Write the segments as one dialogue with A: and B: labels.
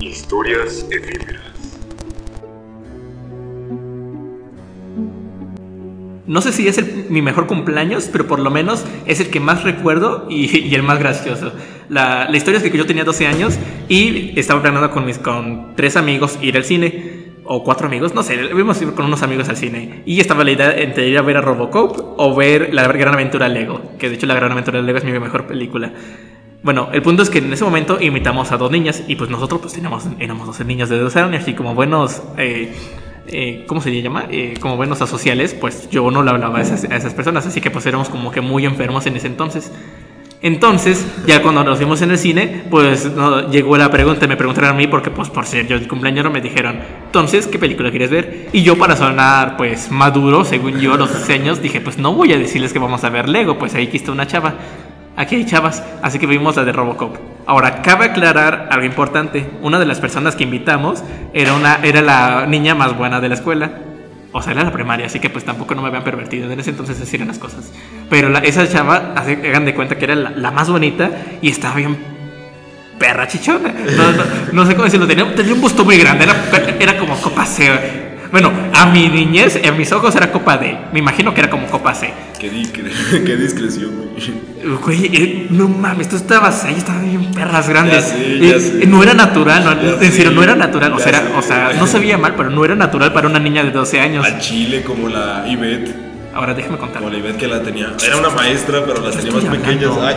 A: Historias efímeras.
B: No sé si es el- mi mejor cumpleaños, pero por lo menos es el que más recuerdo y, y el más gracioso. La, la historia es que yo tenía 12 años y estaba planeando con, mis, con tres amigos ir al cine. O cuatro amigos, no sé, íbamos a ir con unos amigos al cine. Y estaba la idea entre ir a ver a Robocop o ver la Gran Aventura Lego. Que de hecho la Gran Aventura Lego es mi mejor película. Bueno, el punto es que en ese momento invitamos a dos niñas y pues nosotros pues teníamos, éramos 12 niños de 12 años y como buenos, eh, eh, ¿cómo se llama? Eh, como buenos asociales, pues yo no le hablaba a esas, a esas personas, así que pues éramos como que muy enfermos en ese entonces. Entonces, ya cuando nos vimos en el cine, pues no, llegó la pregunta, me preguntaron a mí porque pues por ser yo el cumpleañero me dijeron, entonces, ¿qué película quieres ver? Y yo para sonar pues maduro, según yo, los diseños, dije, pues no voy a decirles que vamos a ver Lego, pues ahí está una chava. Aquí hay chavas, así que vimos la de Robocop. Ahora, cabe aclarar algo importante. Una de las personas que invitamos era, una, era la niña más buena de la escuela. O sea, era la primaria, así que pues tampoco no me habían pervertido. En ese entonces así eran las cosas. Pero la- esa chava, así, hagan de cuenta que era la, la más bonita y estaba bien perra chichona. No, no- no sé cómo decirlo, tenía, tenía un busto muy grande, era, per- era como copa C. Bueno, a mi niñez, en mis ojos era copa D. Me imagino que era como copa C.
C: Qué, di- qué discreción, güey.
B: Güey, eh, no mames, tú estabas ahí, estaban bien perras grandes.
C: sé, ya
B: Eh,
C: sé.
B: No era natural, no,
C: Ya
B: en serio,
C: sé,
B: no era natural. O
C: ya
B: sea, era-
C: sé.
B: o sea, no se veía mal, pero no era natural para una niña de 12 años.
C: A Chile, como la Ivette.
B: Ahora déjame contar.
C: Como la Ivette que la tenía. Era una maestra, pero las
B: Yo
C: tenía más
B: estoy
C: pequeñas.
B: hablando.
C: Ay.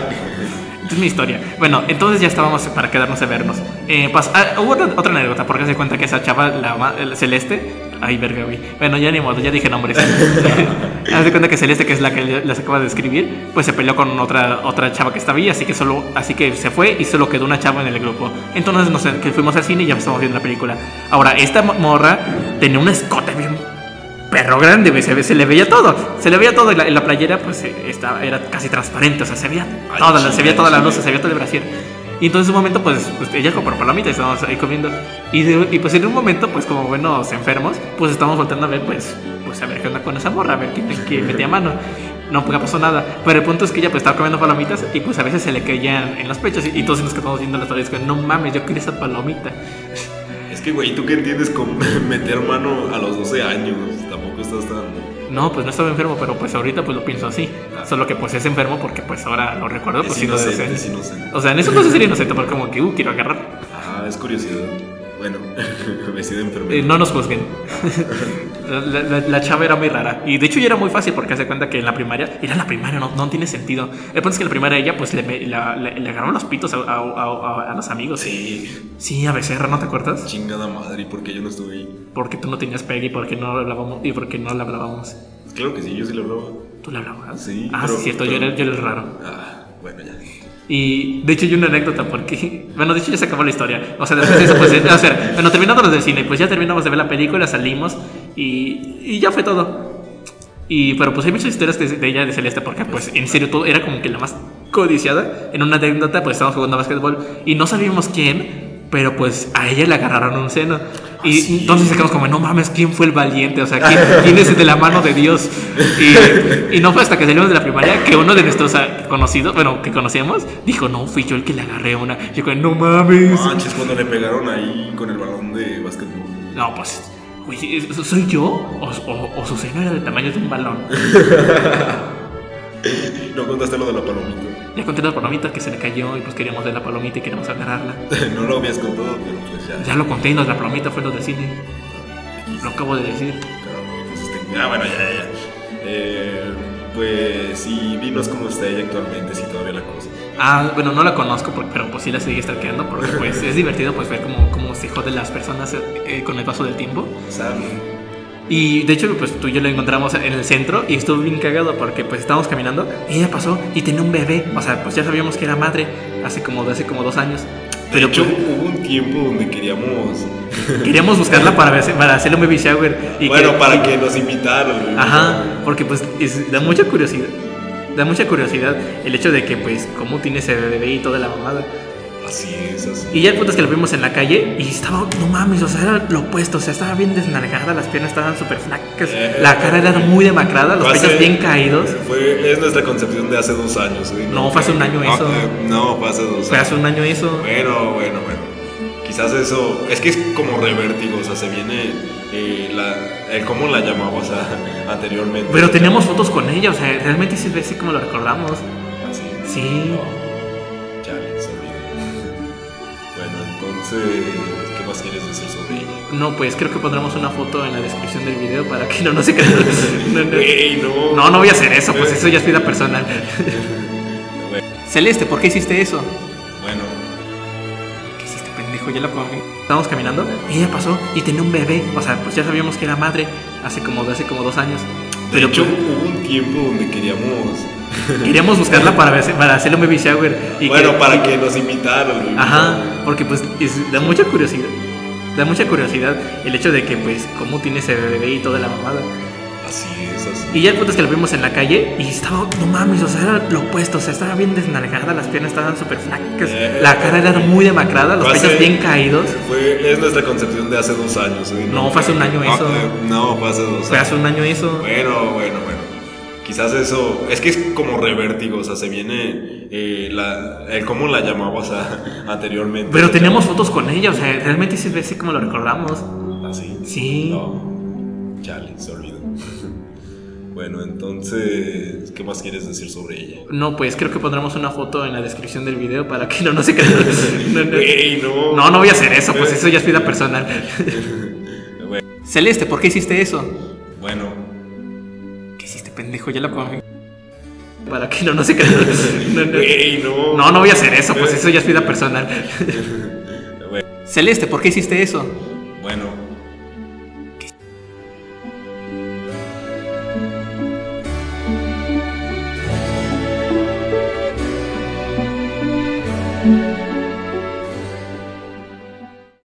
B: Esta es mi historia. Bueno, entonces ya estábamos para quedarnos a vernos. Eh, pas- ah, hubo otra, otra anécdota, porque se cuenta que esa chava, la ma- el celeste. Ay, verga, güey. Bueno, ya ni modo, ya dije nombres. Haz de cuenta que Celeste, que es la que las acaba de escribir, pues se peleó con otra, otra chava que estaba ahí, así que solo, así que se fue y solo quedó una chava en el grupo. Entonces nos que fuimos al cine y ya estamos viendo la película. Ahora, esta mo- morra tenía un escote bien perro grande, güey, se, ve- se le veía todo. Se le veía todo y la, y la playera pues eh, estaba, era casi transparente, o sea, se veía
C: Ay,
B: toda, la,
C: chinga,
B: se veía toda la
C: chinga.
B: luz, se veía todo el brasier. Y entonces en un momento pues, pues, ella compró palomitas y estábamos ahí comiendo. Y, de- y, pues en un momento pues como buenos enfermos pues estamos volteando a ver pues, pues a ver qué onda con esa morra, a ver qué, qué metía mano. No nunca pasó nada, pero el punto es que ella pues estaba comiendo palomitas y pues a veces se le caían en los pechos y, y todos nos quedamos viendo las palomitas que no mames, yo quería esa palomita.
C: Es que, güey, ¿tú qué entiendes con meter mano a los 12 años? Tampoco estás tan.
B: No, pues no estaba enfermo, pero pues ahorita pues lo pienso así.
C: Ah.
B: Solo que pues es enfermo porque pues ahora lo recuerdo, pues
C: Es
B: sí lo
C: inocente,
B: deseo.
C: es inocente.
B: O sea, en eso no sería inocente, pero como que, uh, quiero agarrar.
C: Ah, es curiosidad. Bueno, me siento
B: Eh,
C: enfermedad.
B: no nos juzguen. La, la- la chava era muy rara. Y de hecho ya era muy fácil porque hace cuenta que en la primaria, era la primaria, no, no tiene sentido. El punto es que en la primaria ella pues le, me- la- le- le agarraron los pitos a, a- a- a- a los amigos.
C: Sí,
B: Sí, a Becerra, ¿no te acuerdas?
C: chingada madre, ¿y por qué yo no estuve ahí?
B: Porque tú no tenías pegue y porque no hablábamos. Y porque no le hablábamos.
C: Pues Claro que sí, yo sí lo hablaba.
B: ¿Tú le hablabas?
C: Sí,
B: Ah,
C: pero-
B: sí, cierto, yo,
C: pero-
B: era, yo era el raro.
C: Ah, bueno, ya.
B: Y de hecho hay una anécdota porque, bueno, de hecho ya se acabó la historia. O sea, después de eso, pues, eh, o sea, bueno, terminamos los del cine, pues ya terminamos de ver la película, salimos y, y ya fue todo. Y, pero pues hay muchas historias de, de ella, de Celeste, porque pues en serio todo era como que la más codiciada. En una anécdota, pues estábamos jugando a básquetbol y no sabíamos quién, pero pues a ella le agarraron un seno. Y
C: sí.
B: entonces sacamos como, no mames, ¿quién fue el valiente? O sea, ¿quién, quién es el de la mano de Dios? Y, y no fue hasta que salimos de la primaria que uno de nuestros ah, conocidos, bueno, que conocíamos, dijo, no, fui yo el que le agarré una. Yo como, no mames.
C: Manches, cuando le pegaron ahí con el balón de básquetbol.
B: No, pues, güey, ¿es- ¿soy yo? O, o- o su seno era del tamaño de un balón.
C: No contaste lo de la palomita.
B: Le conté la palomita que se le cayó y pues queríamos ver la palomita y queríamos agarrarla.
C: No lo habías contado, pero pues ya.
B: Ya lo conté y nos la palomita fue lo del cine. Lo acabo de decir.
C: Pero, pues, este, ah, bueno, ya, ya, ya. Eh, pues sí, dinos cómo está ella actualmente, si todavía la cosa.
B: Ah, bueno, no la conozco, por- pero pues sí la sigue stalkeando porque pues es divertido pues ver cómo, cómo se joden las personas eh, eh, con el paso del tiempo.
C: ¿Saben?
B: Y de hecho, pues tú y yo lo encontramos en el centro y estuvo bien cagado porque pues estábamos caminando y ella pasó y tenía un bebé. O sea, pues ya sabíamos que era madre hace como, hace como dos años.
C: De
B: Pero
C: hecho,
B: pues,
C: hubo un tiempo donde queríamos.
B: queríamos buscarla para, ver, para hacerle un baby shower. Y
C: bueno,
B: que-
C: para que nos invitaran. ¿no?
B: Ajá, porque pues es- da mucha curiosidad. Da mucha curiosidad el hecho de que pues cómo tiene ese bebé y toda la mamada.
C: Así es, así.
B: Y ya el punto es que lo vimos en la calle y estaba, no mames, o sea, era lo opuesto, o sea, estaba bien desnalgada, las piernas estaban súper flacas,
C: Eh.
B: la cara era muy demacrada, los
C: Fue hace-
B: pechos bien caídos.
C: Fue, es nuestra concepción de hace dos años. ¿eh?
B: No, fue hace un año
C: Ah,
B: eso.
C: eh, No, fue hace dos
B: Fue
C: años.
B: hace un año eso.
C: Bueno, bueno, bueno. Quizás eso, es que es como revértigo, o sea, se viene eh, la, el cómo la llamabas a- anteriormente.
B: Pero
C: La
B: tenemos
C: llamaba-
B: fotos con ella, o sea, realmente sí es así como lo recordamos.
C: Ah, sí.
B: Sí.
C: No, chale, se olvidó. Bueno, entonces, ¿qué más quieres decir sobre ella?
B: No, pues creo que pondremos una foto en la descripción del video para que no nos se crean. No, no.
C: Güey, no.
B: No, no voy a hacer eso, pues eso ya es vida personal. Celeste, ¿por qué hiciste eso?
C: Bueno,
B: ¿Qué hiciste, pendejo? Ya lo comí. Estábamos caminando, ella pasó y tenía un bebé. O sea, pues ya sabíamos que era madre hace como, hace como dos años.
C: de
B: Pero
C: hecho,
B: pues,
C: hubo un tiempo donde queríamos.
B: queríamos buscarla para, ver- para hacerle un baby shower. Y
C: bueno,
B: que-
C: para que nos invitaran. lo
B: Ajá,
C: invitaron.
B: porque pues es- da mucha curiosidad. Da mucha curiosidad el hecho de que pues cómo tiene ese bebé y toda la mamada.
C: Así es, así.
B: Y ya el punto es que lo vimos en la calle y estaba, no mames, o sea, era lo opuesto, o sea, estaba bien desnargada, las piernas estaban súper flacas,
C: Eh.
B: la cara era muy demacrada, los
C: Fue
B: pechos
C: hace-
B: bien caídos.
C: Fue, es nuestra concepción de hace dos años. ¿eh?
B: No, fue hace un año
C: Ah,
B: eso.
C: eh, No, fue hace dos
B: Fue
C: años.
B: hace un año eso.
C: Bueno, bueno, bueno. Quizás eso. Es que es como revértigo, o sea, se viene eh, la, el cómo la llamabas a- anteriormente.
B: Pero
C: La
B: tenemos fotos con ella, o sea, realmente sí es así como lo recordamos.
C: llam- Así.
B: Sí.
C: No. Chale, se olvidó. bueno, entonces, ¿qué más quieres decir sobre ella?
B: No, pues creo que pondremos una foto en la descripción del video para que no nos se crean. No, no.
C: Güey, no.
B: No, no voy a hacer eso, pues eso ya es vida personal. Celeste, ¿por qué hiciste eso?
C: Bueno,
B: ¿Qué hiciste, pendejo? Ya lo comí. Para que no, no se crean. No, no.
C: güey, no.
B: No, no voy a hacer eso, pues eso ya es vida personal. Celeste, ¿por qué hiciste eso?